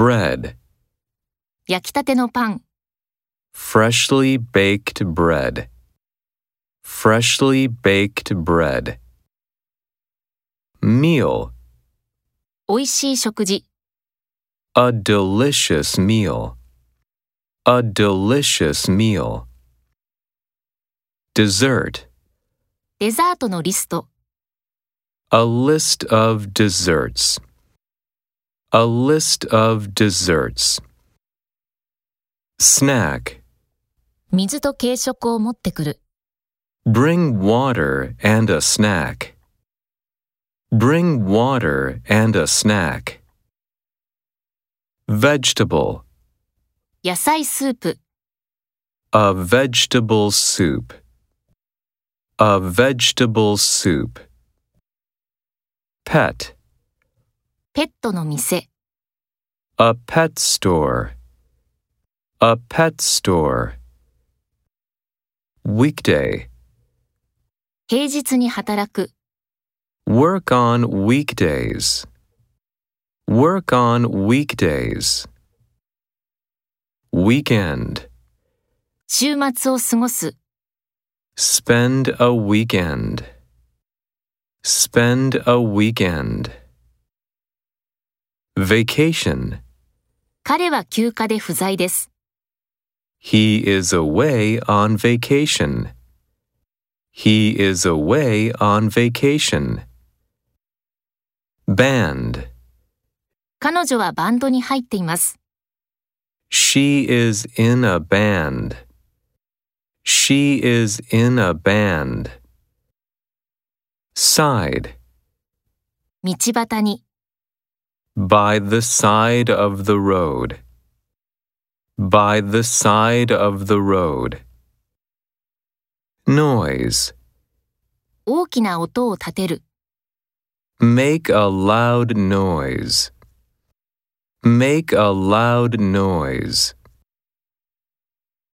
bread, 焼きたてのパン、 freshly baked bread, freshly baked bread. Meal, 美味しい食事、 a delicious meal, a delicious meal. Dessert, デザートのリスト、 a list of desserts, a list of desserts. Snack, 水と軽食を持ってくる、 Bring water and a snack. Bring water and a snack. Vegetable. 野菜スープ、 A vegetable soup. A vegetable soup. Pet. ペットの店、 A pet store. A pet store. Weekday. 平日に働く、 Work on weekdays. Work on weekdays. Weekend. 週末を過ごす、 Spend a weekend. Spend a weekend. Vacation. 彼は休暇で不在です。 He is away on vacation. He is away on vacation. Band. 彼女はバンドに入っています。 She is in a band. She is in a band. Side. 道端に、 By the side of the road. By the side of the road. Noise. 大きな音を立てる、 Make a loud noise. Make a loud noise.